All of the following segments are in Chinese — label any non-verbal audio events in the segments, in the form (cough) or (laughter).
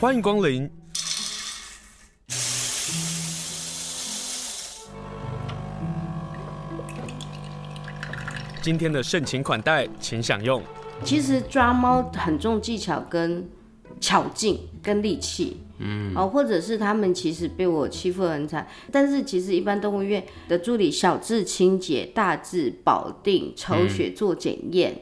欢迎光临。今天的盛情款待，请享用。其实抓猫很重技巧跟巧劲跟力气，嗯，哦，或者是他们其实被我欺负得很惨，但是其实一般动物医院的助理小至清洁，大至保定、抽血做检验，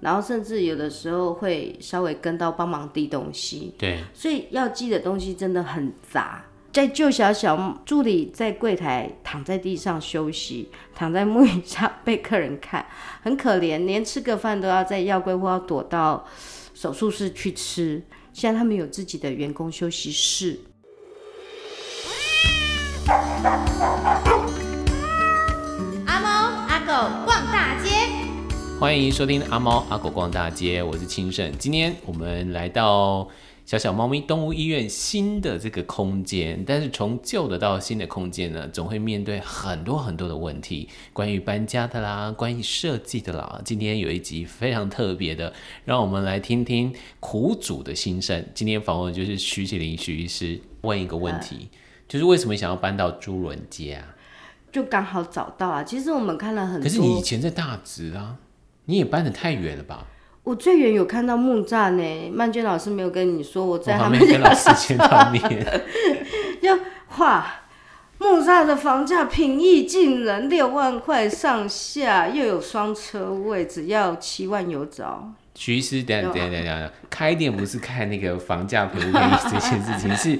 然后甚至有的时候会稍微跟到帮忙递东西，对，所以要寄的东西真的很杂。在救小小助理在柜台躺在地上休息，躺在木椅上被客人看，很可怜，连吃个饭都要在药柜或要躲到手术室去吃。现在他们有自己的员工休息室，阿猫阿狗逛大街。欢迎收听阿猫阿狗逛大街，我是清盛。今天我们来到小小猫咪动物医院新的这个空间，但是从旧的到新的空间呢，总会面对很多很多的问题，关于搬家的啦，关于设计的啦。今天有一集非常特别的，让我们来听听苦主的心声。今天访问的就是徐启林徐医师，问一个问题，就是为什么想要搬到朱伦街啊？就刚好找到啊。其实我们看了很多，可是你以前在大直啊，你也搬得太远了吧？我最远有看到木栅呢。曼娟老师没有跟你说，我我在他还们没家跟老师 (laughs) 见到面。哇，木栅的房价平易近人，六万块上下，又有双车位，只要七万有找。徐医师，等下有啊等下等下等下，开店不是看那个房价便不便宜这件事情，是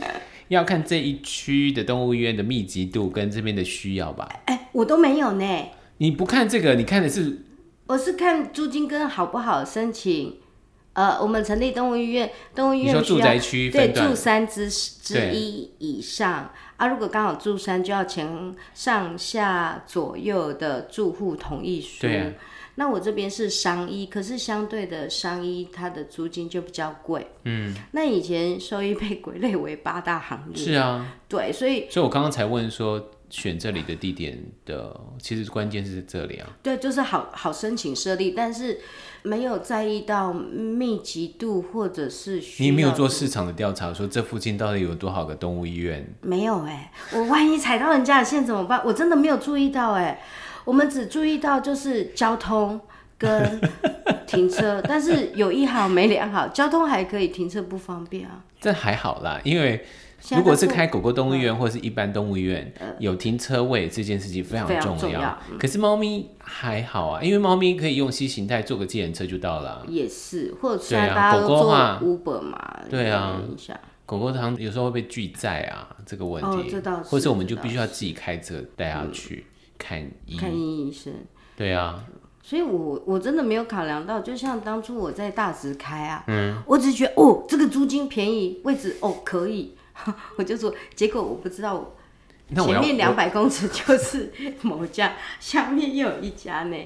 要看这一区的动物医院的密集度跟这边的需要吧。哎、我都没有呢，你不看这个，你看的是我是看租金跟好不好申请。呃，我们成立动物医院，动物医你说院需住要宅区对分段住，三之之对一以上啊，如果刚好住三，就要前上下左右的住户同意书。对啊那我这边是商一，可是相对的商一，它的租金就比较贵。嗯，那以前兽医被归类为八大行业，是啊。对，所以所以我刚刚才问说，选这里的地点的，其实关键是这里啊。对，就是好好申请设立，但是没有在意到密集度或者是需你也没有要做的市场的调查，说这附近到底有多少个动物医院？没有哎、我万一踩到人家的线怎么办？我真的没有注意到哎、我们只注意到就是交通跟停 (laughs) 车，但是有一好没两好，交通还可以，停车不方便啊。这还好啦，因为现在如果是都嗯开狗狗动物医院或是一般动物医院，有停车位这件事情非常非常重重要嗯可是猫咪还好啊，因为猫咪可以用 C 形态坐个计程车就到了啊、也是，或者对现啊在大家都狗狗做嘛 Uber 嘛，对啊影响狗狗常有时候会被拒载啊，这个问哦题，这倒是或者我们就这倒必须要自己开车带它去看医。看医生。对啊，所以我我真的没有考量到，就像当初我在大直开啊，嗯我只是觉得哦，这个租金便宜，位置哦可以， (laughs) 我就说，结果我不知道那我前要面我两百公尺就是 (laughs) 某家，下面又有一家呢，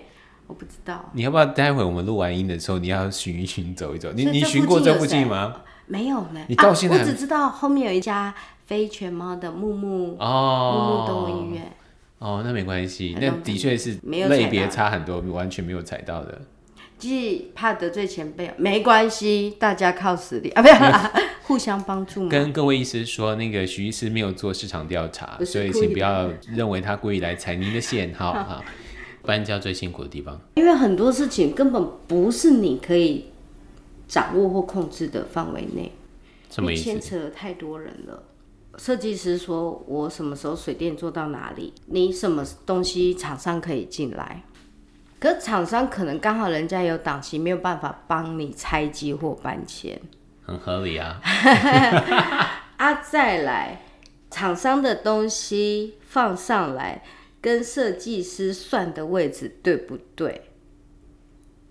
我不知道，你要不要待会我们录完音的时候，你要巡一巡、走一走？你所以你这巡附过近这有附近谁啊吗？没有呢。你到现在啊、还我只知道后面有一家非犬猫的木木、木木动物医哦，院，哦，那没关系，很那动的确是没有类踩别到差很多，完全没有踩到的。既怕得罪前辈，没关系，大家靠实力啊，不要 (laughs) 互相帮助嘛。跟各位医师说，那个徐医师没有做市场调查，不是所以故意请不要认为他故意来踩您的 (laughs) 线，好好。搬家最辛苦的地方，因为很多事情根本不是你可以掌握或控制的范围内，什么意牵思？扯太多人了。设计师说：“我什么时候水电做到哪里？你什么东西厂商可以进来？可是厂商可能刚好人家有档期，没有办法帮你拆机或搬迁很合理啊，啊。再来，厂商的东西放上来，跟设计师算的位置对不对？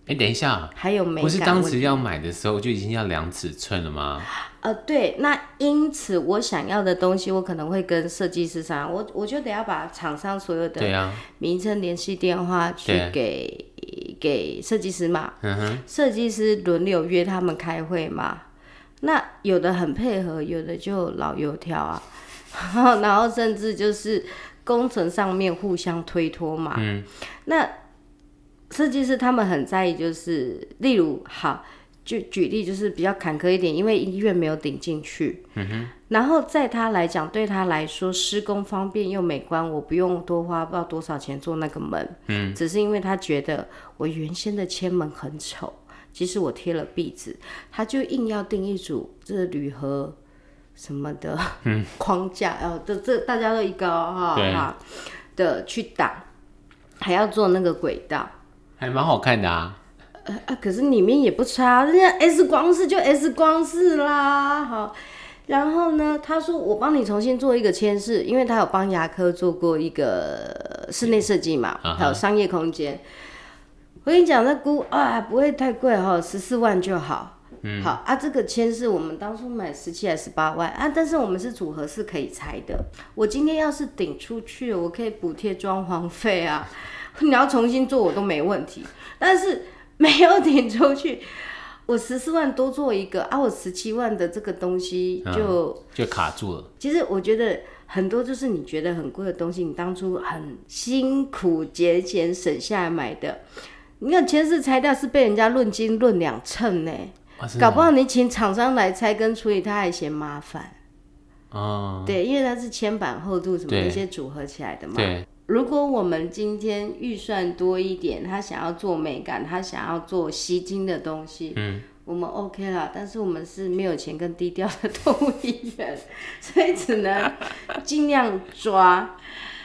哎、等一下，还有美感不问题。是当时要买的时候就已经要量尺寸了吗？呃，对，那因此我想要的东西，我可能会跟设计师商量，我我就得要把厂商所有对的啊，名称、联系电话对去啊给给设计师嘛，嗯哼，设计师轮流约他们开会嘛。那有的很配合，有的就老油条啊， (laughs) 然后然后甚至就是工程上面互相推脱嘛。嗯那设计师他们很在意，就是例如好就举例就是比较坎坷一点，因为医院没有顶进去。嗯哼。然后在他来讲，对他来说施工方便又美观，我不用多花不知道多少钱做那个门。嗯。只是因为他觉得我原先的签门很丑，即使我贴了壁纸，他就硬要订一组这铝合什么的、框架，哦，这这大家都一个哦哈、对哈的去挡，还要做那个轨道。还蛮好看的啊。啊，可是里面也不差，人家 S 光式就 S 光式啦，好。然后呢，他说我帮你重新做一个签饰，因为他有帮牙科做过一个呃室内设计嘛，啊哈还有商业空间。我跟你讲，那估啊不会太贵哈、哦，十四万就好。嗯、好啊，这个签是我们当初买十七还是十八万啊？但是我们是组合是可以拆的。我今天要是顶出去，我可以补贴装潢费啊。 (laughs) 你要重新做我都没问题，但是没有顶出去，我十四万多做一个啊，我十七万的这个东西就、就卡住了，其实我觉得很多就是你觉得很贵的东西，你当初很辛苦节俭省下来买的，你有钱是拆掉是被人家论斤论两称呢，哇搞不好你请厂商来拆跟处理，他还嫌麻烦。嗯，对，因为它是铅板厚度什么对一些组合起来的嘛。对，如果我们今天预算多一点，他想要做美感，他想要做吸睛的东西，嗯，我们 OK 啦。但是我们是没有钱跟低调的动物医院，所以只能尽量抓。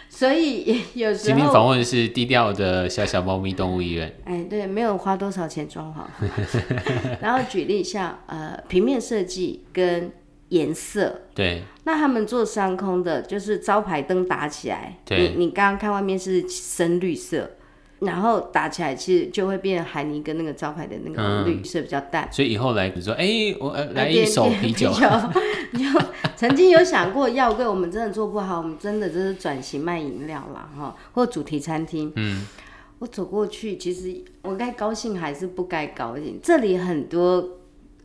所以有时今天候，访问是低调的小小猫咪动物医院，哎，对，没有花多少钱装潢。 (laughs) 然后举例一下，呃，平面设计跟颜色，对，那他们做商空的，就是招牌灯打起来，对你你刚刚看外面是深绿色，然后打起来其实就会变海尼跟那个招牌的那个嗯绿色比较淡。所以以后来比如说，哎、我呃来那一边手变啤酒，你 (laughs) 就曾经有想过药柜，我们真的做不好，我们真的就是转型卖饮料啦，哈，或主题餐厅。嗯，我走过去，其实我该高兴还是不该高兴？这里很多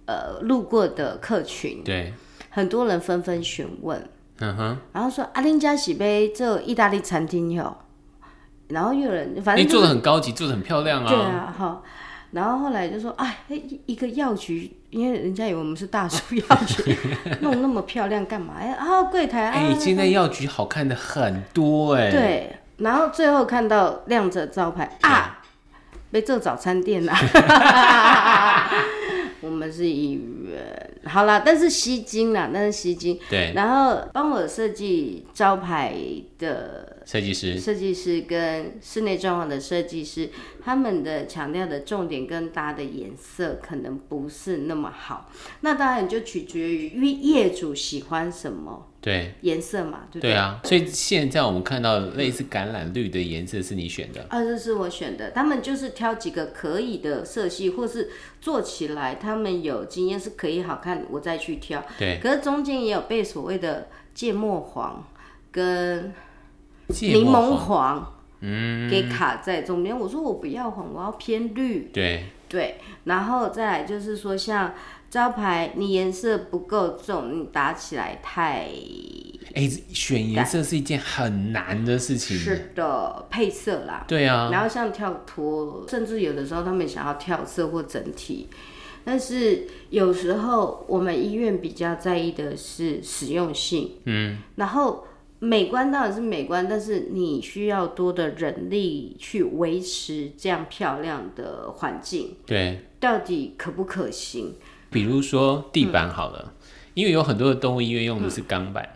呃路过的客群，对，很多人纷纷询问。嗯哼，然后说阿林家喜杯这意大利餐厅哟，然后又有人反你、正就哎做的是很高级，做的很漂亮对啊，啊哈，然后后来就说哎一一个药局，因为人家以为我们是大叔药 (laughs) 局，弄那么漂亮干嘛？哎啊柜台哎、啊，现在药局好看的很多哎、对，然后最后看到亮着招牌啊，被这早餐店啦、 (laughs) 我们是医院，好啦，但是吸睛啦，但是吸睛。对然后帮我设计招牌的设计师设计师跟室内装潢的设计师，他们的强调的重点跟搭的颜色可能不是那么好。那当然就取决于因为业主喜欢什么对。颜色嘛，对不对对？啊，所以现在我们看到类似橄榄绿的颜色是你选的，啊，这是我选的，他们就是挑几个可以的色系，或是做起来他们有经验是可以好看，我再去挑。对，可是中间也有被所谓的芥末黄跟芥柠末檬黄，嗯，给卡在中间。我说我不要黄，我要偏绿。对，对，然后再来就是说，像招牌，你颜色不够重，你打起来太哎、选颜色是一件很难的事情，是的配色啦。对啊，然后像跳脱，甚至有的时候他们想要跳色或整体，但是有时候我们医院比较在意的是实用性，嗯，然后美观当然是美观，但是你需要多的人力去维持这样漂亮的环境，对，到底可不可行？比如说地嗯板好了，因为有很多的动物医院用的是钢板，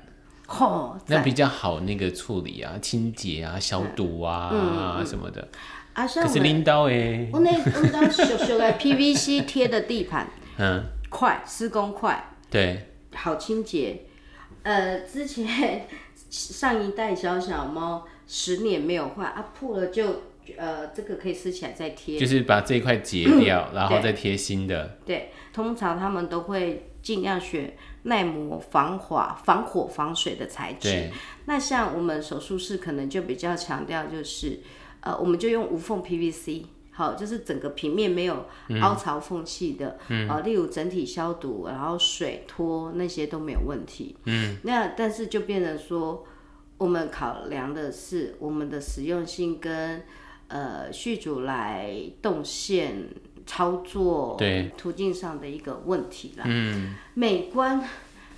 吼、那赞比较好那个处理啊、清洁啊、消毒啊、嗯什么的。啊，像可我是们拎刀哎，我那我们当小小的 PVC (laughs) 贴的地盘嗯，快，施工快，对，好清洁。呃，之前上一代小小猫十年没有换啊，破了就呃这个可以撕起来再贴。就是把这一块截嗯掉，然后再贴新的。对，通常他们都会尽量选耐磨、防滑、防火、防水的材质。对，那像我们手术室可能就比较强调就是，呃，我们就用无缝 PVC，好，就是整个平面没有凹槽缝隙的，啊、例如整体消毒，然后水拖那些都没有问题。嗯，那但是就变成说，我们考量的是我们的实用性跟呃续主来动线操作对途径上的一个问题啦。嗯，美观，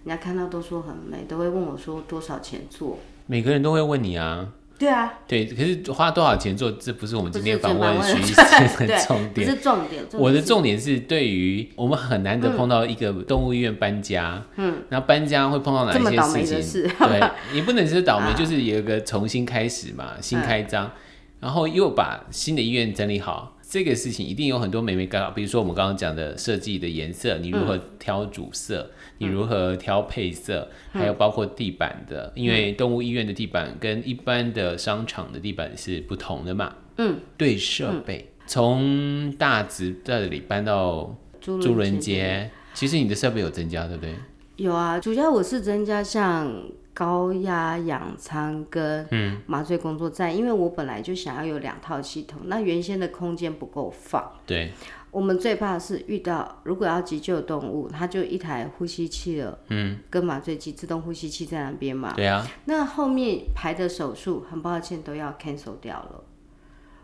人家看到都说很美，都会问我说多少钱做？每个人都会问你啊，对啊，对，可是花多少钱做，这不是我们今天不是访问这徐访问医生的 (laughs) 对重不点。是重点。我的是重点是对于我们很难得嗯碰到一个动物医院搬家，嗯，然后搬家会碰到哪这么一些倒霉的事情？事对，你不能是 (laughs) 倒霉，啊就是有一个重新开始嘛，新开张，然后又把新的医院整理好，这个事情一定有很多美美嘎嘎，比如说我们刚刚讲的设计的颜色，你如何挑主色，嗯你如何挑配色，还有包括地板的，因为嗯动物医院的地板跟一般的商场的地板是不同的嘛，嗯，对设备，从大直这里搬到朱朱伦街，其实你的设备有增加，对不对？有啊，主要我是增加像高压氧舱跟嗯麻醉工作站，因为我本来就想要有两套系统，那原先的空间不够放。对，我们最怕是遇到如果要急救动物，它就一台呼吸器了，嗯，跟麻醉机、自动呼吸器在那边嘛。对啊，那后面排的手术，很抱歉都要 cancel 掉了。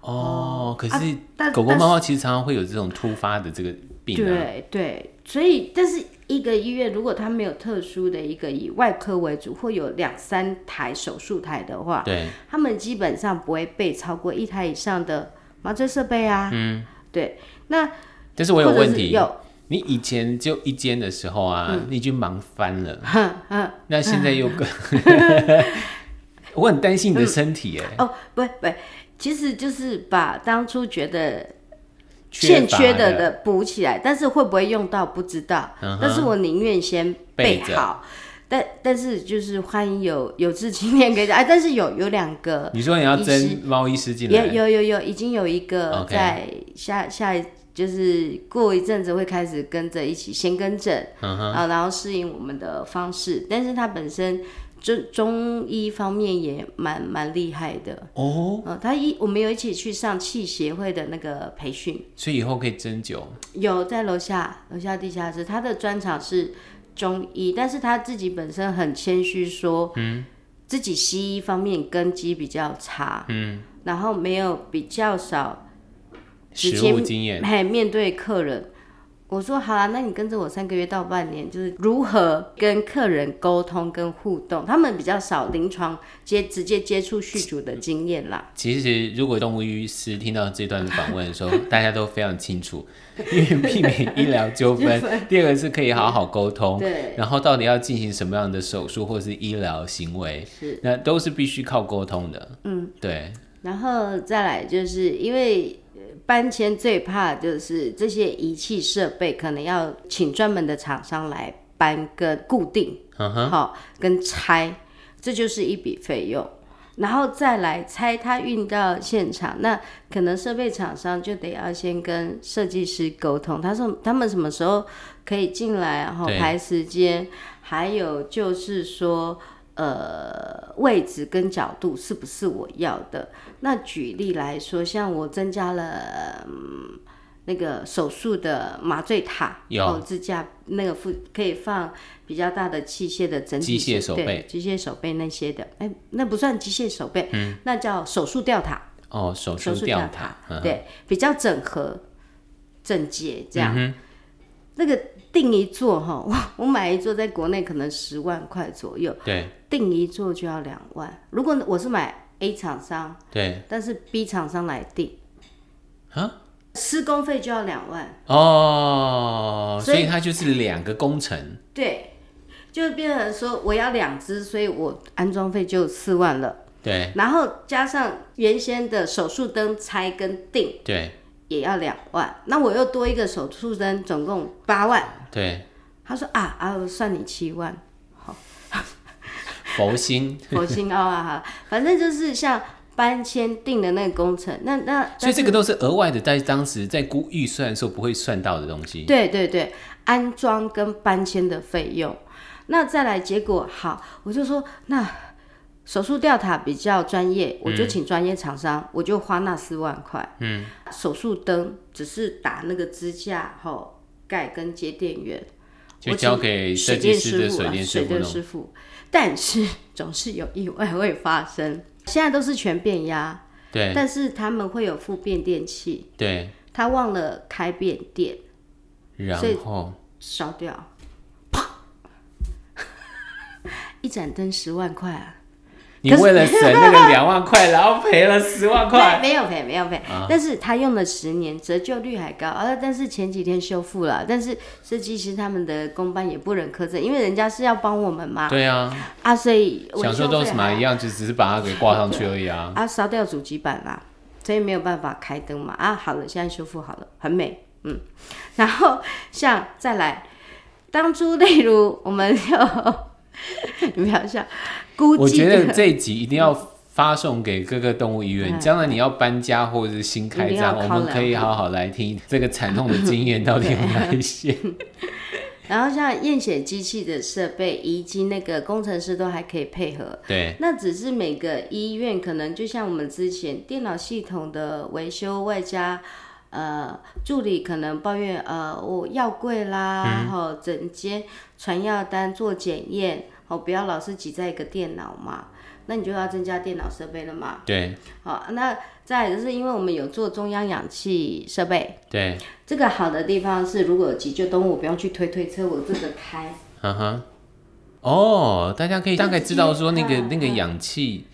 哦，可是啊但狗狗、但是猫猫其实常常会有这种突发的这个病啊，对对，所以但是一个医院如果它没有特殊的一个以外科为主，或有两三台手术台的话，对，他们基本上不会备超过一台以上的麻醉设备啊。嗯，对。那但是我有或者问是题，有嗯你以前就一间的时候啊，你已经忙翻 (laughs) 了，那现在又更， (laughs) 我很担心你的身体，哎，哦，不不，其实就是把当初觉得欠缺乏缺的的补起来，但是会不会用到不知道。嗯哼但是我宁愿先备备着好。但但是就是欢迎有有志青年可以哎，但是有有两个你说你要嗯医师增猫医师进有来，有有有，已经有一个 OK 在下下一就是过一阵子会开始跟着一起先跟诊，嗯哼，啊，然后适应我们的方式。但是他本身中中医方面也蛮蛮厉害的，哦，呃，他一我们有一起去上气协会的那个培训，所以以后可以针灸，有在楼下楼下地下室，他的专长是中医，但是他自己本身很谦虚说，嗯，自己西医方面根基比较差，嗯，然后没有比较少直食接物经验，还面对客人。我说好啦，那你跟着我三个月到半年，就是如何跟客人沟通跟互动，他们比较少临床接直接接触续主的经验啦。其实，如果动物医师听到这段访问的时候， (laughs) 大家都非常清楚，因为避免医疗纠纷，第二个是可以好好沟通，对然后到底要进行什么样的手术或是医疗行为，是那都是必须靠沟通的。嗯，对，然后再来就是因为呃搬迁最怕就是这些仪器设备可能要请专门的厂商来搬跟固定，嗯哼，好、跟拆，这就是一笔费用。然后再来拆它运到现场，那可能设备厂商就得要先跟设计师沟通，他说他们什么时候可以进来，然后对排时间，还有就是说，呃，位置跟角度是不是我要的？那举例来说，像我增加了、嗯那个手术的麻醉塔，有哦支架那个附可以放比较大的器械的整体机械手对背机械手背那些的，哎，那不算机械手背，嗯，那叫手术吊塔。哦，手术手术吊吊塔塔，嗯，对，比较整合、整洁这样。嗯那个定一座哈， (laughs) 我我买一座在国内可能十万块左右，对定一座就要两万。如果我是买 A 厂商，对但是 B 厂商来定，啊，施工费就要两万，哦，所所以以它就是两个工程，对，就变成说我要两只，所以我安装费就四万了，对然后加上原先的手术灯拆跟定对也要两万，那我又多一个手术灯，总共八万。对，他说啊啊，我算你七 (laughs) 万，佛心，佛心凹啊，哈反正就是像搬迁定的那个工程，那那所但以这是个都是额外的，在当时在估预算的时候不会算到的东西。对对对，安装跟搬迁的费用，那再来结果好，我就说那手术吊塔比较专业，我就请专业厂商，嗯我就花那四万块，嗯，手术灯只是打那个支架吼盖跟接电源，就交给设水计电师师的傅、水啊电师水傅电弄。师傅，但是总是 (laughs) 有意外会发生。现在都是全变压，对但是他们会有附变电器，对他忘了开便店，然所以后烧掉， (laughs) 啪，一盏灯十万块啊！你为了省那个两万块，然后赔了十万块，啊没没有赔，没有赔，但是他用了十年，折旧率还高啊。但是前几天修复了，但是设计师他们的公办也不忍苛责，因为人家是要帮我们嘛。 (laughs) 对啊，啊，所以维想修说哎费都什么还一样，就只是把它给挂上去而已 (laughs) 啊。啊，烧掉主机板啦，所以没有办法开灯嘛。啊，好了，现在修复好了，很美，嗯。然后像再来，当初例如我们有， (laughs) 你不要笑，估计我觉得这一集一定要发送给各个动物医院，嗯将来你要搬家或者是新开一定要张， call 我们可以好好来听这个惨痛的经验到底有哪一些。然后像验血机器的设备以及那个工程师都还可以配合。 (laughs) 对，那只是每个医院可能就像我们之前电脑系统的维修，外加呃助理可能抱怨呃我药柜啦，嗯然后整间传药单做检验，哦不要老是挤在一个电脑嘛，那你就要增加电脑设备了嘛。对，好，那再来就是因为我们有做中央氧气设备，对，这个好的地方是如果有急救动物，我不用去推推车，我这个开。嗯哼。哦，大家可以大概知道说那个那个氧气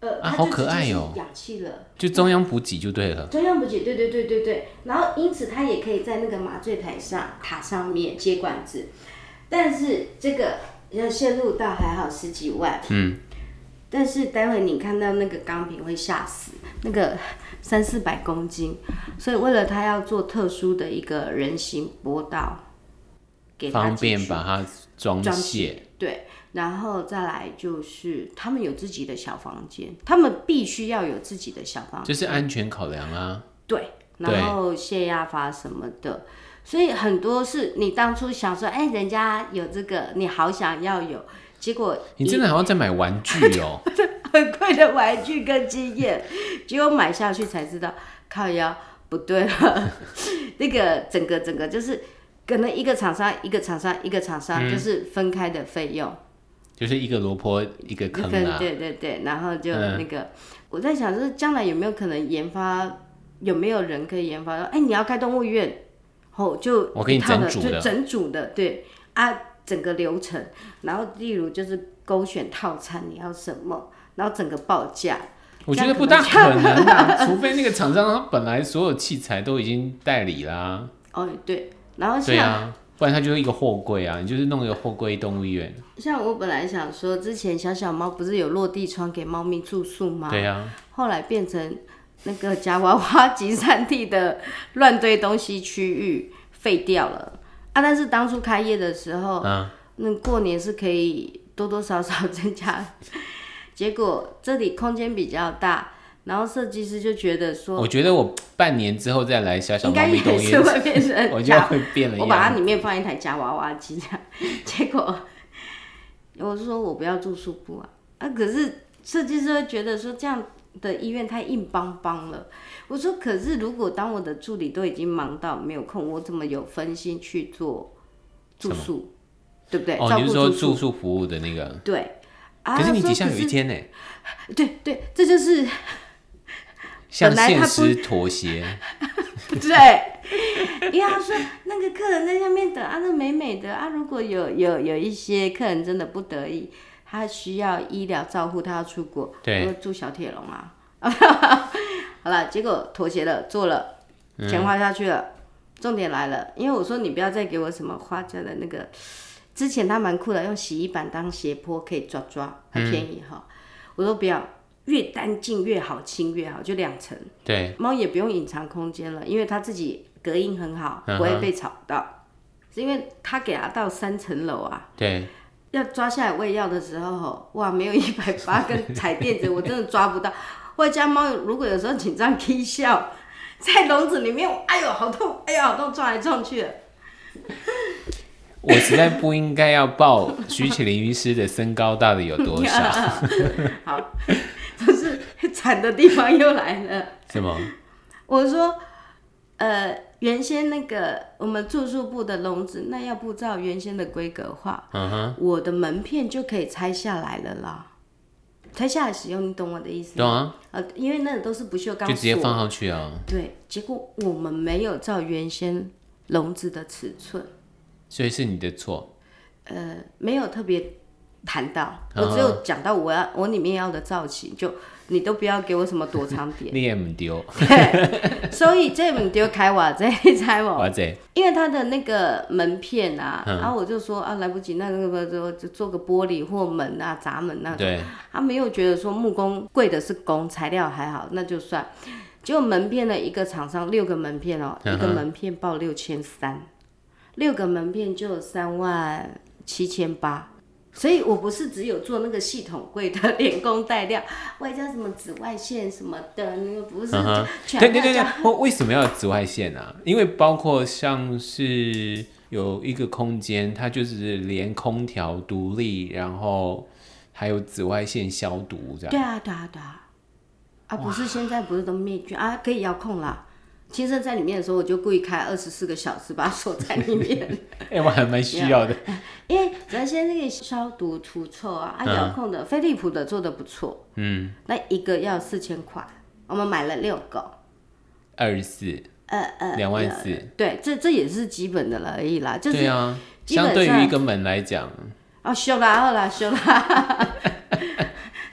呃，啊它好就可直接爱是哦氧气了。就中央补给就对了。中央补给，对对对对对。然后因此他也可以在那个麻醉台上塔上面接管子，但是这个要陷入到还好十几万，嗯，但是待会你看到那个钢瓶会吓死，那个 (laughs) 三四百公斤，所以为了他要做特殊的一个人行波道，给他方进便去把它装装卸。对，然后再来就是他们有自己的小房间，他们必须要有自己的小房间，就是安全考量啊，对，对然后泄压阀什么的，所以很多是你当初想说，哎、人家有这个，你好想要有，结果你真的好像在买玩具 (laughs) 哦、一 (laughs) 很贵的玩具跟经验，结果买下去才知道，靠腰不对了， (laughs) 那个整个整个就是可能一个厂商一个厂商一个厂商就是分开的费用。就是一个萝卜一个坑对啊。对对对，然后就嗯那个，我在想，就是将来有没有可能研发，有没有人可以研发说，哎、你要开动物医院，哦，就我给你一套的整组的就整组的，对啊，整个流程，然后例如就是勾选套餐你要什么，然后整个报价，我觉得不大可能啊，除非那个厂商他本来所有器材都已经代理啦，哦对，然后对像、啊，不然他就是一个货柜啊，你就是弄一个货柜动物医院，像我本来想说，之前小小猫不是有落地窗给猫咪住宿吗？对啊，后来变成那个夹娃娃集散地的乱堆东西区域废掉了啊！但是当初开业的时候，嗯，那过年是可以多多少少增加，结果这里空间比较大，然后设计师就觉得我说，觉得我半年之后再来小小应猫该咪动也物医是院，会 (laughs) 变 (laughs) 我成就夹，会变了我样。把它里面放一台夹娃娃机这样，结果我是说我不要住宿部啊啊！可是设计师会觉得说这样的医院太硬邦邦了。我说，可是如果当我的助理都已经忙到没有空，我怎么有分心去做住宿？对不对？哦，照你顾是说宿住宿服务的那个？对。啊、可是你说底下有一是天呢，对对，这就是向本来现他不实妥协， (laughs) 对，因为他说那个客人在下面等啊，那美美的啊，如果有有有一些客人真的不得已，他需要医疗照护，他要出国，对我就住小铁笼啊。 (laughs) 好了，结果妥协了，做了，钱花下去了。重点来了，因为我说你不要再给我什么花椒的那个，之前他蛮酷的，用洗衣板当斜坡可以抓抓，很便宜哈。我说不要，越干净越好清越好，就两层。对，猫也不用隐藏空间了，因为它自己隔音很好，嗯哼不会被吵到。是因为它给它到三层楼啊，对，要抓下来喂药的时候吼，哇，没有一百八根踩垫子，我真的抓不到。 (laughs) 外加猫如果有时候紧张踢笑， (laughs) 在笼子里面，哎呦好痛，哎呦好痛，撞来撞去的。我实在不应该要报徐启林医师的身高到底有多少， (laughs) 好， (laughs) 不是惨的地方又来了。是吗？我说，呃，原先那个我们住宿部的笼子，那要不照原先的规格化，嗯哼，我的门片就可以拆下来了啦。拆下来使用，你懂我的意思懂吗？啊，呃，因为那个都是不锈钢就直接锁放上去啊，对，结果我们没有照原先笼子的尺寸，所以是你的错。呃，没有特别谈到，嗯我只有讲到我要我里面要的造型，就你都不要给我什么躲藏点。 (laughs) 你也唔丢，所以这门丢开我这一猜我，哇塞，因为他的那个门片啊，嗯然后我就说啊来不及，那个不就就做个玻璃或门啊闸门那种，对，他没有觉得说木工贵的是工，材料还好，那就算。结果门片的一个厂商六个门片哦、一个嗯哼门片报六千三，六个门片就有三万七千八。所以我不是只有做那个系统柜的 (laughs) 连工带料，外加什么紫外线什么的，那个不是嗯哼，全对对对对大家，为为什么要有紫外线啊？因为包括像是有一个空间，它就是连空调独立，然后还有紫外线消毒这对样。啊对啊对啊，啊不是现在不是都灭菌啊，可以遥控啦。亲身在里面的时候，我就故意开二十四个小时把它锁在里面。 (laughs) 哎、我还蛮需要的。因为咱先那个消毒除臭啊，啊嗯遥控的，飞利浦的做的不错，嗯，那一个要四千块，我们买了六个，二十四，呃呃，两万四呃对，这这也是基本的了而已啦，就是对啊，基本相上对于一个门来讲，啊，修啦，好啦，修啦。 (laughs)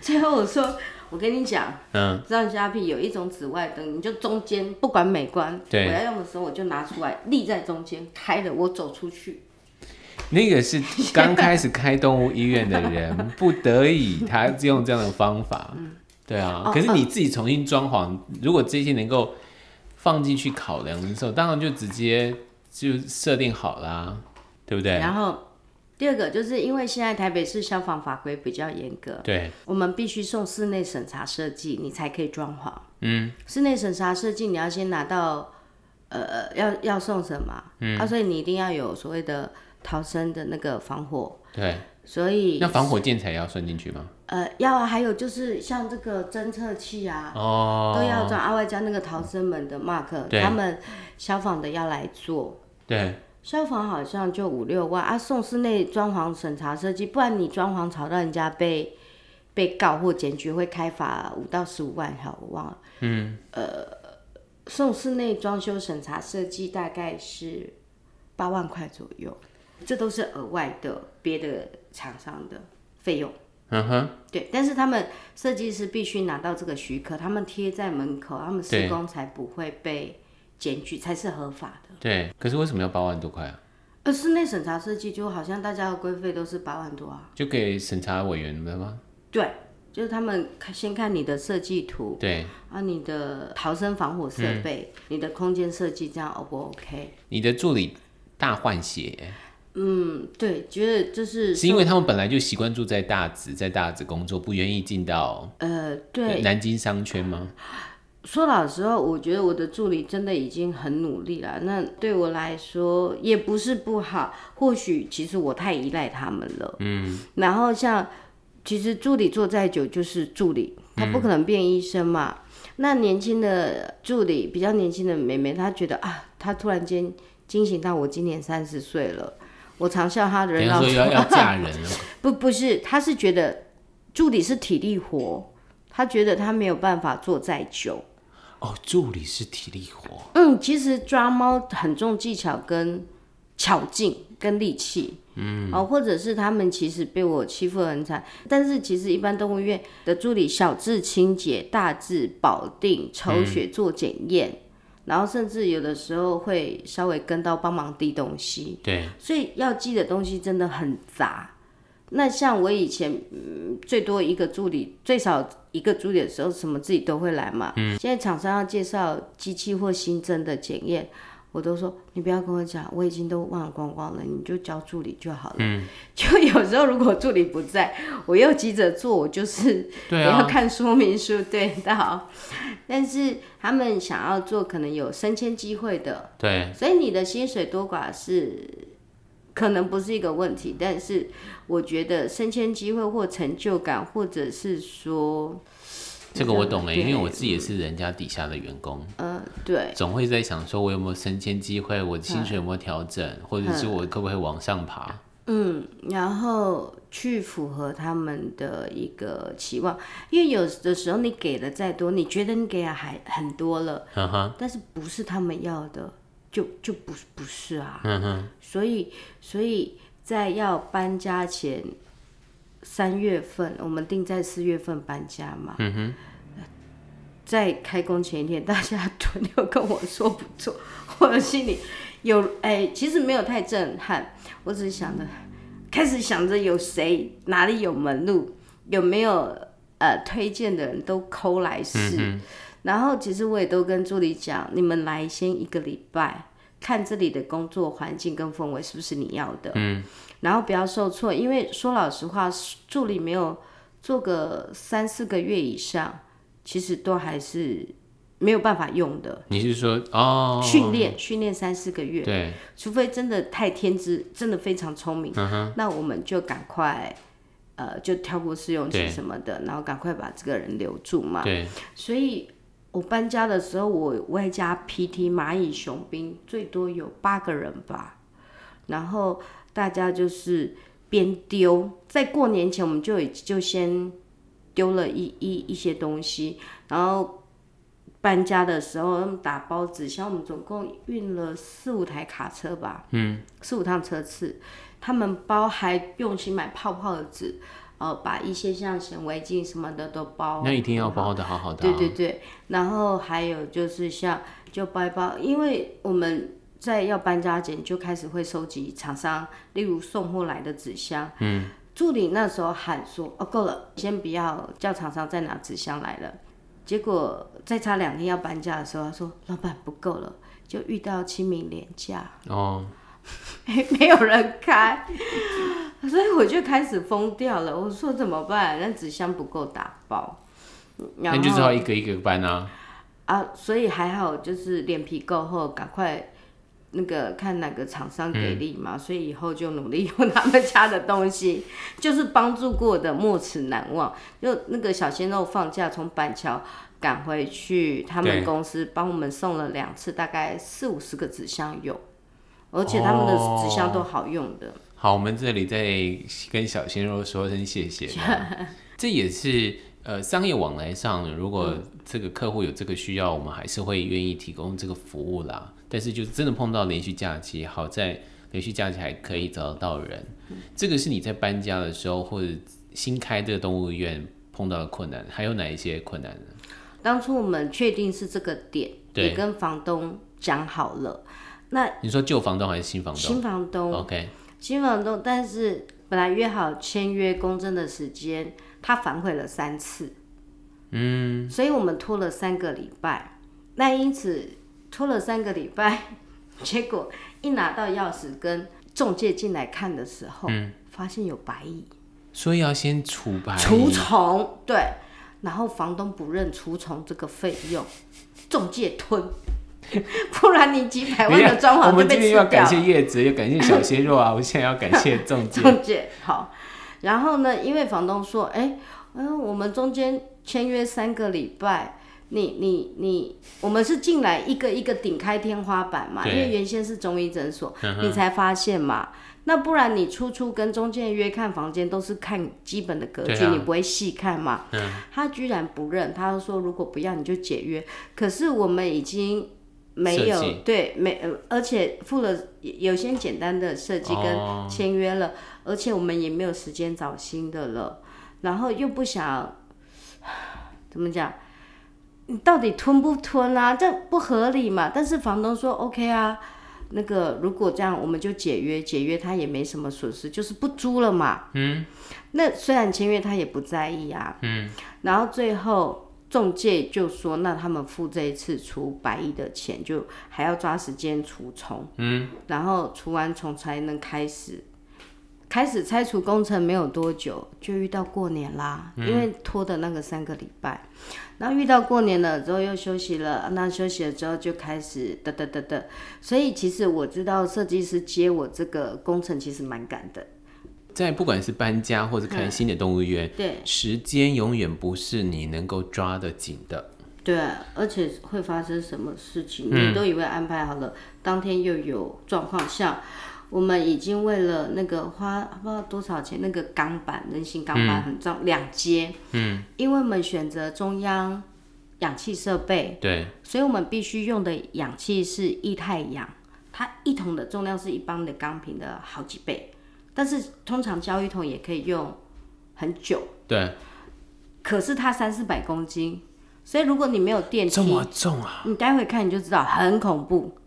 最后我说，我跟你讲，嗯，让虾皮有一种紫外灯，你就中间不管美观，对我要用的时候我就拿出来立在中间，开了我走出去，那 (laughs) 个是刚开始开动物医院的人，不得已他用这样的 (laughs) 方法。对啊哦，可是你自己重新装潢，如果这些能够放进去考量的时候，当然就直接就设定好啦，对不对？然后。第二个就是因为现在台北市消防法规比较严格，对，我们必须送室内审查设计，你才可以装潢。嗯，室内审查设计你要先拿到，呃，要要送什么？嗯，啊，所以你一定要有所谓的逃生的那个防火，对。所以那防火建材也要算进去吗？呃要啊，还有就是像这个侦测器啊，哦，都要装，啊外加那个逃生门的 mark，对他们消防的要来做。对，消防好像就五六万啊，送室内装潢审查设计，不然你装潢吵到人家被被告或检举，会开罚五到十五万，好，我忘了。嗯，呃，送室内装修审查设计大概是八万块左右，这都是额外的别的厂商的费用。嗯哼，对，但是他们设计师必须拿到这个许可，他们贴在门口，他们施对工才不会被检举，才是合法的。对。可是为什么要八万多块啊？呃，室内审查设计就好像大家的规费都是八万多啊。就给审查委员了吗？对，就是他们看先看你的设计图对，啊，你的逃生防火设备、你的空间设计这样 O 不 OK？你的助理大换血，嗯，对，觉得就是是因为他们本来就习惯住在大直，在大直工作，不愿意进到呃，对，南京商圈吗？说老实话，我觉得我的助理真的已经很努力了。那对我来说也不是不好，或许其实我太依赖他们了。嗯，然后像其实助理做再久就是助理，他嗯不可能变医生嘛。那年轻的助理，比较年轻的妹妹，她觉得啊，她突然间惊醒到我今年三十岁了。我常笑她等人一老下说 (laughs) 要要嫁人了，不不是，他是觉得助理是体力活，他觉得他没有办法做再久。哦，助理是体力活，嗯，其实抓猫很重技巧跟巧劲跟力气，嗯，哦，或者是他们其实被我欺负得很惨，但是其实一般动物医院的助理小至清洁，大至保定、抽血、做检验，然后甚至有的时候会稍微跟到帮忙递东西，对，所以要记的东西真的很杂。那像我以前、嗯、最多一个助理，最少一个助理的时候，什么自己都会来嘛。嗯、现在厂商要介绍机器或新增的检验，我都说你不要跟我讲，我已经都忘光光了，你就交助理就好了。嗯、就有时候如果助理不在，我又急着做，我就是对也要啊，看说明书对到。但是他们想要做，可能有升迁机会的，对，所以你的薪水多寡是可能不是一个问题，但是我觉得升迁机会或成就感，或者是说，这个我懂了，对因为我自己也是人家底下的员工，呃，对，总会在想说我有没有升迁机会，我的薪水有没有调整，或者是我可不可以往上爬？嗯，然后去符合他们的一个期望，因为有的时候你给的再多，你觉得你给了还很多了，哈哈，但是不是他们要的，就就不是不是啊。所以所以在要搬家前，三月份我们定在四月份搬家嘛。嗯哼。在开工前一天，大家轮流跟我说不做，我心里有哎、其实没有太震撼，我只是想着，开始想着有谁哪里有门路，有没有呃推荐的人都抠来试。然后其实我也都跟助理讲，你们来先一个礼拜，看这里的工作环境跟氛围是不是你要的，嗯，然后不要受挫，因为说老实话，助理没有做个三四个月以上，其实都还是没有办法用的。你是说哦，训练训练三四个月，对，除非真的太天资，真的非常聪明，那我们就赶快。呃，就跳过试用期对什么的，然后赶快把这个人留住嘛。对，所以我搬家的时候，我外加 PT 蚂蚁雄兵，最多有八个人吧。然后大家就是边丢，在过年前我们就已就先丢了一一一些东西，然后搬家的时候他们打包纸箱，我们总共运了四五台卡车吧，嗯，四五趟车次，他们包还用心买泡泡的纸。呃，把一些像显微镜什么的都包，那一定要包的好好的、哦嗯对啊，对对，然后还有就是像就包一包，因为我们在要搬家前就开始会收集厂商，例如送货来的纸箱。嗯，助理那时候喊说：“哦，够了，先不要叫厂商再拿纸箱来了。”结果再差两天要搬家的时候，他说：“老板不够了。”就遇到清明连假， (laughs) 哦，没没有人开， (laughs) 所以我就开始疯掉了。我说怎么办？那纸箱不够打包，然后那就只好一个一个搬啊。啊，所以还好，就是脸皮够厚，赶快那个看哪个厂商给力嗯嘛。所以以后就努力用他们家的东西， (laughs) 就是帮助过的莫齿难忘。就那个小鲜肉放假从板桥赶回去他对们公司，帮我们送了两次，大概四五十个纸箱有，而且他们的纸箱都好用的。好，我们这里再跟小鲜肉说声谢谢吧。 (laughs) 这也是呃商业往来上，如果这个客户有这个需要，我们还是会愿意提供这个服务啦。但是就真的碰到连续假期，好在连续假期还可以找得到人。这个是你在搬家的时候或者新开这个动物医院碰到的困难，还有哪一些困难呢？当初我们确定是这个点，哦对也跟房东讲好了。那你说旧房东还是新房新东房东？OK，新房东，但是本来约好签约公证的时间，他反悔了三次，嗯，所以我们拖了三个礼拜。那因此拖了三个礼拜， (laughs) 结果一拿到钥匙跟中介进来看的时候，发现有白蚁、所以要先除嗯白除虫，对，然后房东不认除虫这个费用，中介吞， (laughs) 不然你几百万的装我潢们就今被天吃又要掉感了谢。叶子，又感谢小鲜肉啊！我现在要感谢 (laughs) 中介。中介好。然后呢，因为房东说，哎，嗯、我们中间签约三个礼拜，你你你，我们是进来一个一个顶开天花板嘛，因对嗯为原先是中医诊所，你才发现嘛。那不然你初初跟中介约看房间都是看基本的格对局，啊嗯你不会细看嘛？他居然不认，他就说如果不要你就解约。可是我们已经没有设计对没，呃而且付了有些简单的设计跟哦签约了，而且我们也没有时间找新的了，然后又不想 (sighs) 怎么讲，你到底吞不吞啊？这不合理嘛？但是房东说 OK 啊，那个如果这样我们就解约，解约他也没什么损失，就是不租了嘛。嗯，那虽然签约他也不在意啊。嗯，然后最后。中介就说，那他们付这一次除百亿的钱，就还要抓时间除虫。然后除完虫才能开始。开始拆除工程没有多久，就遇到过年啦，因为拖的那个三个礼拜，然后遇到过年了之后又休息了，那休息了之后就开始得得得得，所以其实我知道设计师接我这个工程其实蛮赶的，在不管是搬家或是嗯开新的动物园，对时间永远不是你能够抓得紧的。对，而且会嗯发生什么事情，你都以为安排好了，当天又有状况，像我们已经为了那个花不知道多少钱，那个钢板人形钢嗯板很重，两阶，嗯，因为我们选择中央氧气设备，对，所以我们必须用的氧气是液态氧，它一桶的重量是一般的钢瓶的好几倍，但是通常交易桶也可以用很久，对，可是它三四百公斤，所以如果你没有电梯，这么重啊，你待会看你就知道很恐怖。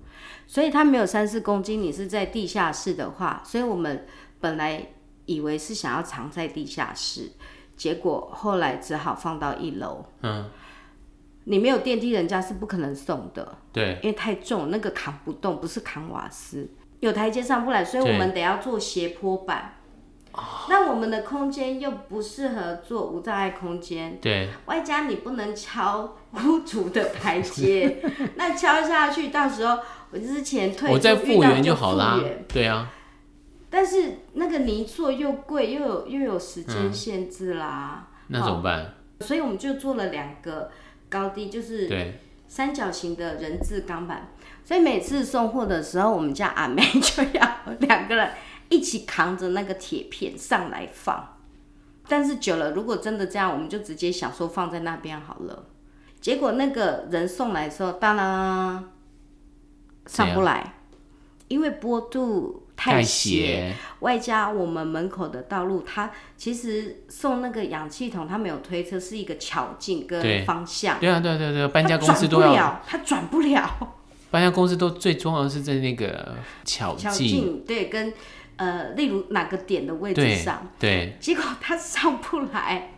所以它没有三四公斤，你是在地下室的话，所以我们本来以为是想要藏在地下室，结果后来只好放到一楼。嗯，你没有电梯，人家是不可能送的，对，因为太重，那个扛不动，不是扛瓦斯，有台阶上不来，所以我对哦们得要做斜坡板。那我们的空间又不适合做无障碍空间，对，外加你不能敲屋主的台 (laughs) 阶，那敲下去，到时候我之前退我再出复原遇到就好啦复原。对啊，但是那个泥做又贵，又有又有时间限制啦，嗯那怎么办？所以我们就做了两个高低，哦就是对，三角形的人字钢板。所以每次送货的时候，我们家阿妹就要两个人一起扛着那个铁片上来放。但是久了，如果真的这样，我们就直接想说放在那边好了。结果那个人送来的时候，当然上不来，因为坡度太太斜，斜，外加我们门口的道路，它其实送那个氧气筒，它没有推车，是一个巧劲对跟方向。对啊，对啊对啊对啊，搬它家公司转都不要，了，它转不了。搬家公司都最重要的是在那个巧巧劲，劲对，跟呃，例如哪个点的位置对上，对，结果它上不来，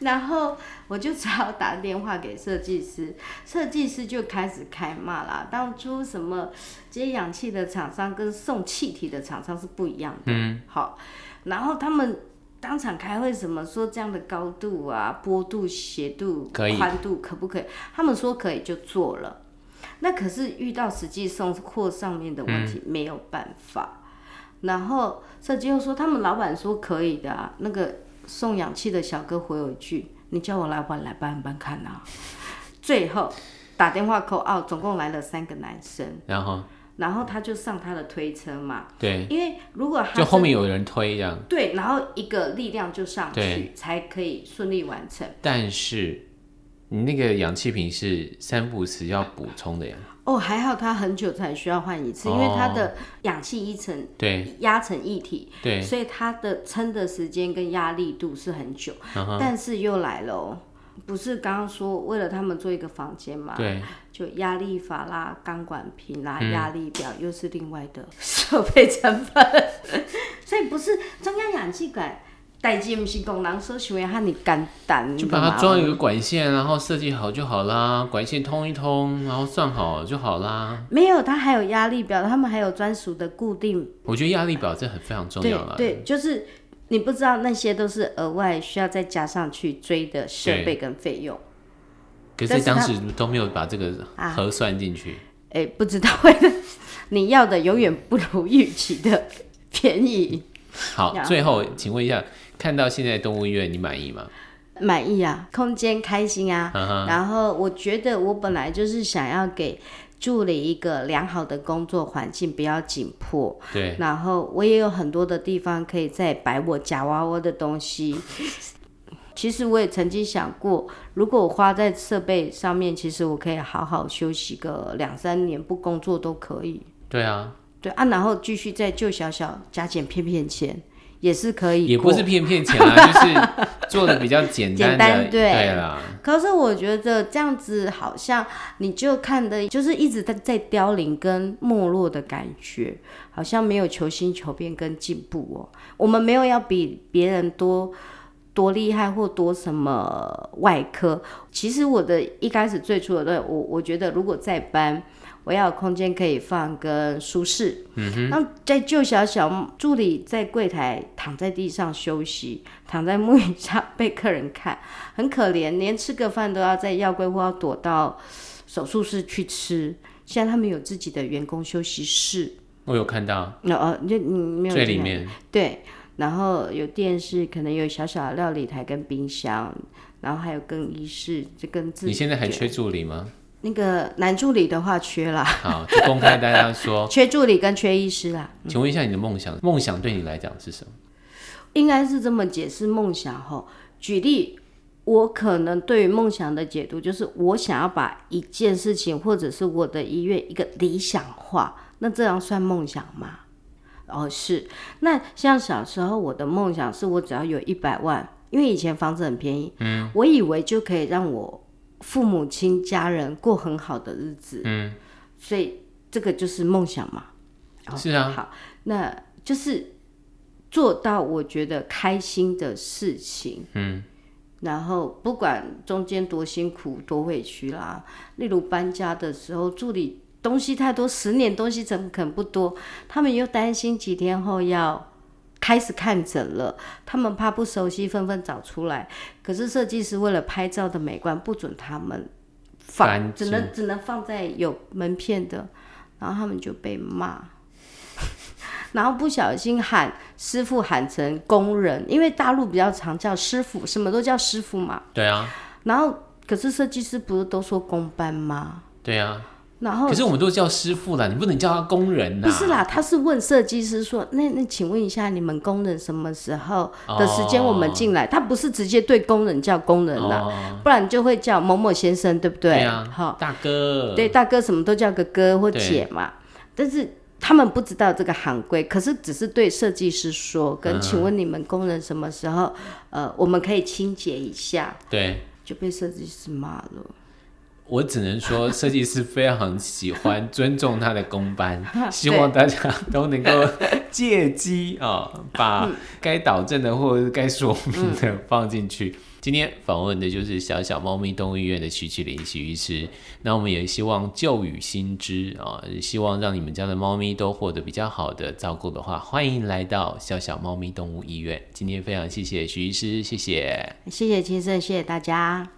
然后我就只好打电话给设计师，设计师就开始开骂啦。当初什么接氧气的厂商跟送气体的厂商是不一样的，嗯，好，然后他们。当场开会，什么说这样的高度啊、坡度、斜度、可以宽度可不可以？他们说可以就做了，那可是遇到实际送货上面的问嗯题，没有办法。然后设计又说他们老板说可以的、啊，那个送氧气的小哥回我一句：“你叫我老板来搬搬看啊。”最后打电话扣二，总共来了三个男生，然后然后他就上他的推车嘛，对，因为如果他就后真面有人推这样，对，然后一个力量就上去对，才可以顺利完成。但是你那个氧气瓶是三不时要补充的呀，哦，还好他很久才需要换一哦次，因为他的氧气一层对压成一体，对，所以它的撑的时间跟压力度是很久，然后但是又来了、哦，不是刚刚说为了他们做一个房间嘛？对，就压力阀啦、钢管瓶啦、嗯压力表，又是另外的设备成本， (laughs) 所以不是中央氧气管。代志不是工人所想的，和你简单，哦就把它装你一懂吗个管线，然后设计好就好啦，管线通一通，然后算好就好啦。没有，它还有压力表，他们还有专属的固定我觉得压力表这很非常重对要啦。对，就是你不知道那些都是额外需要再加上去追的设对备跟费用，可但是是它啊当时都没有把这个核算进去。哎，不知道会 (laughs) 你要的永远不如预期的 (laughs) 便宜，好，然后最后请问一下，看到现在动物医院你满意吗？满意啊，空间开心啊，嗯哼，然后我觉得我本来就是想要给助理一个良好的工作环境，不要紧迫，对，然后我也有很多的地方可以再摆我夹娃娃的东西。 (laughs) 其实我也曾经想过，如果我花在设备上面，其实我可以好好休息个两三年，不工作都可以。对啊，对啊，然后继续再就小小加减骗骗钱也是可以。也不是，骗骗钱啦，就是做的比较简单的， (laughs) 简单对啦，可是我觉得这样子好像你就看的，就是一直在在凋零跟没落的感觉，好像没有求新求变跟进步哦。我们没有要比别人多多厉害或多什么外科。其实我的一开始最初的对我，我觉得如果再搬，我要有空间可以放跟舒适。嗯哼。那在旧小小助理在柜台躺在地上休息，躺在木椅上被客人看，很可怜，连吃个饭都要在药柜或要躲到手术室去吃。现在他们有自己的员工休息室，我有看到那呃，就你没有最进里来面，对，然后有电视，可能有小小的料理台跟冰箱，然后还有更衣室，就跟自你现在还己缺助理吗？ (laughs) 那个男助理的话缺啦，，好，就公开大家说缺助理跟缺医师啦，请问一下你的梦想，梦想对你来讲是什么？应该是这么解释梦想吼。举例，我可能对于梦想的解读就是，我想要把一件事情或者是我的一月一个理想化，那这样算梦想吗？哦，是。那像小时候我的梦想是我只要有一百万，因为以前房子很便宜，嗯，我以为就可以让我父母亲家人过很好的日子，嗯，所以这个就是梦想嘛。哦是啊好，那就是做到我觉得开心的事情，嗯，然后不管中间多辛苦多委屈啦，例如搬家的时候，助理东西太多，十年东西怎么可能不多？他们又担心几天后要。开始看诊了，他们怕不熟悉，纷纷找出来。可是设计师为了拍照的美观，不准他们搬放，进只能只能放在有门片的，然后他们就被骂。 (laughs) 然后不小心喊师傅喊成工人，因为大陆比较常叫师傅，什么都叫师傅嘛。对啊，然后可是设计师不是都说工班吗？对啊，然后可是我们都叫师傅啦，你不能叫他工人啦。哦不是啦，他是问设计师说，那那请问一下，你们工人什么时候的时间哦我们进来？他不是直接对工人叫工人啦，哦，不然就会叫某某先生，对不对？啊，好、大哥，对，大哥什么都叫个哥或对姐嘛，但是他们不知道这个行规，可是只是对设计师说，嗯跟请问你们工人什么时候，呃，我们可以清洁一下，对就被设计师骂了。我只能说，设计师非常喜欢尊重他的工班，希望大家都能够借机啊、把该导正的或者是该说明的放进去。今天访问的就是小小猫咪动物医院的徐启林徐医师，那我们也希望旧与新知啊、希望让你们家的猫咪都获得比较好的照顾的话，欢迎来到小小猫咪动物医院。今天非常谢谢徐医师，谢谢。谢谢先生，谢谢大家。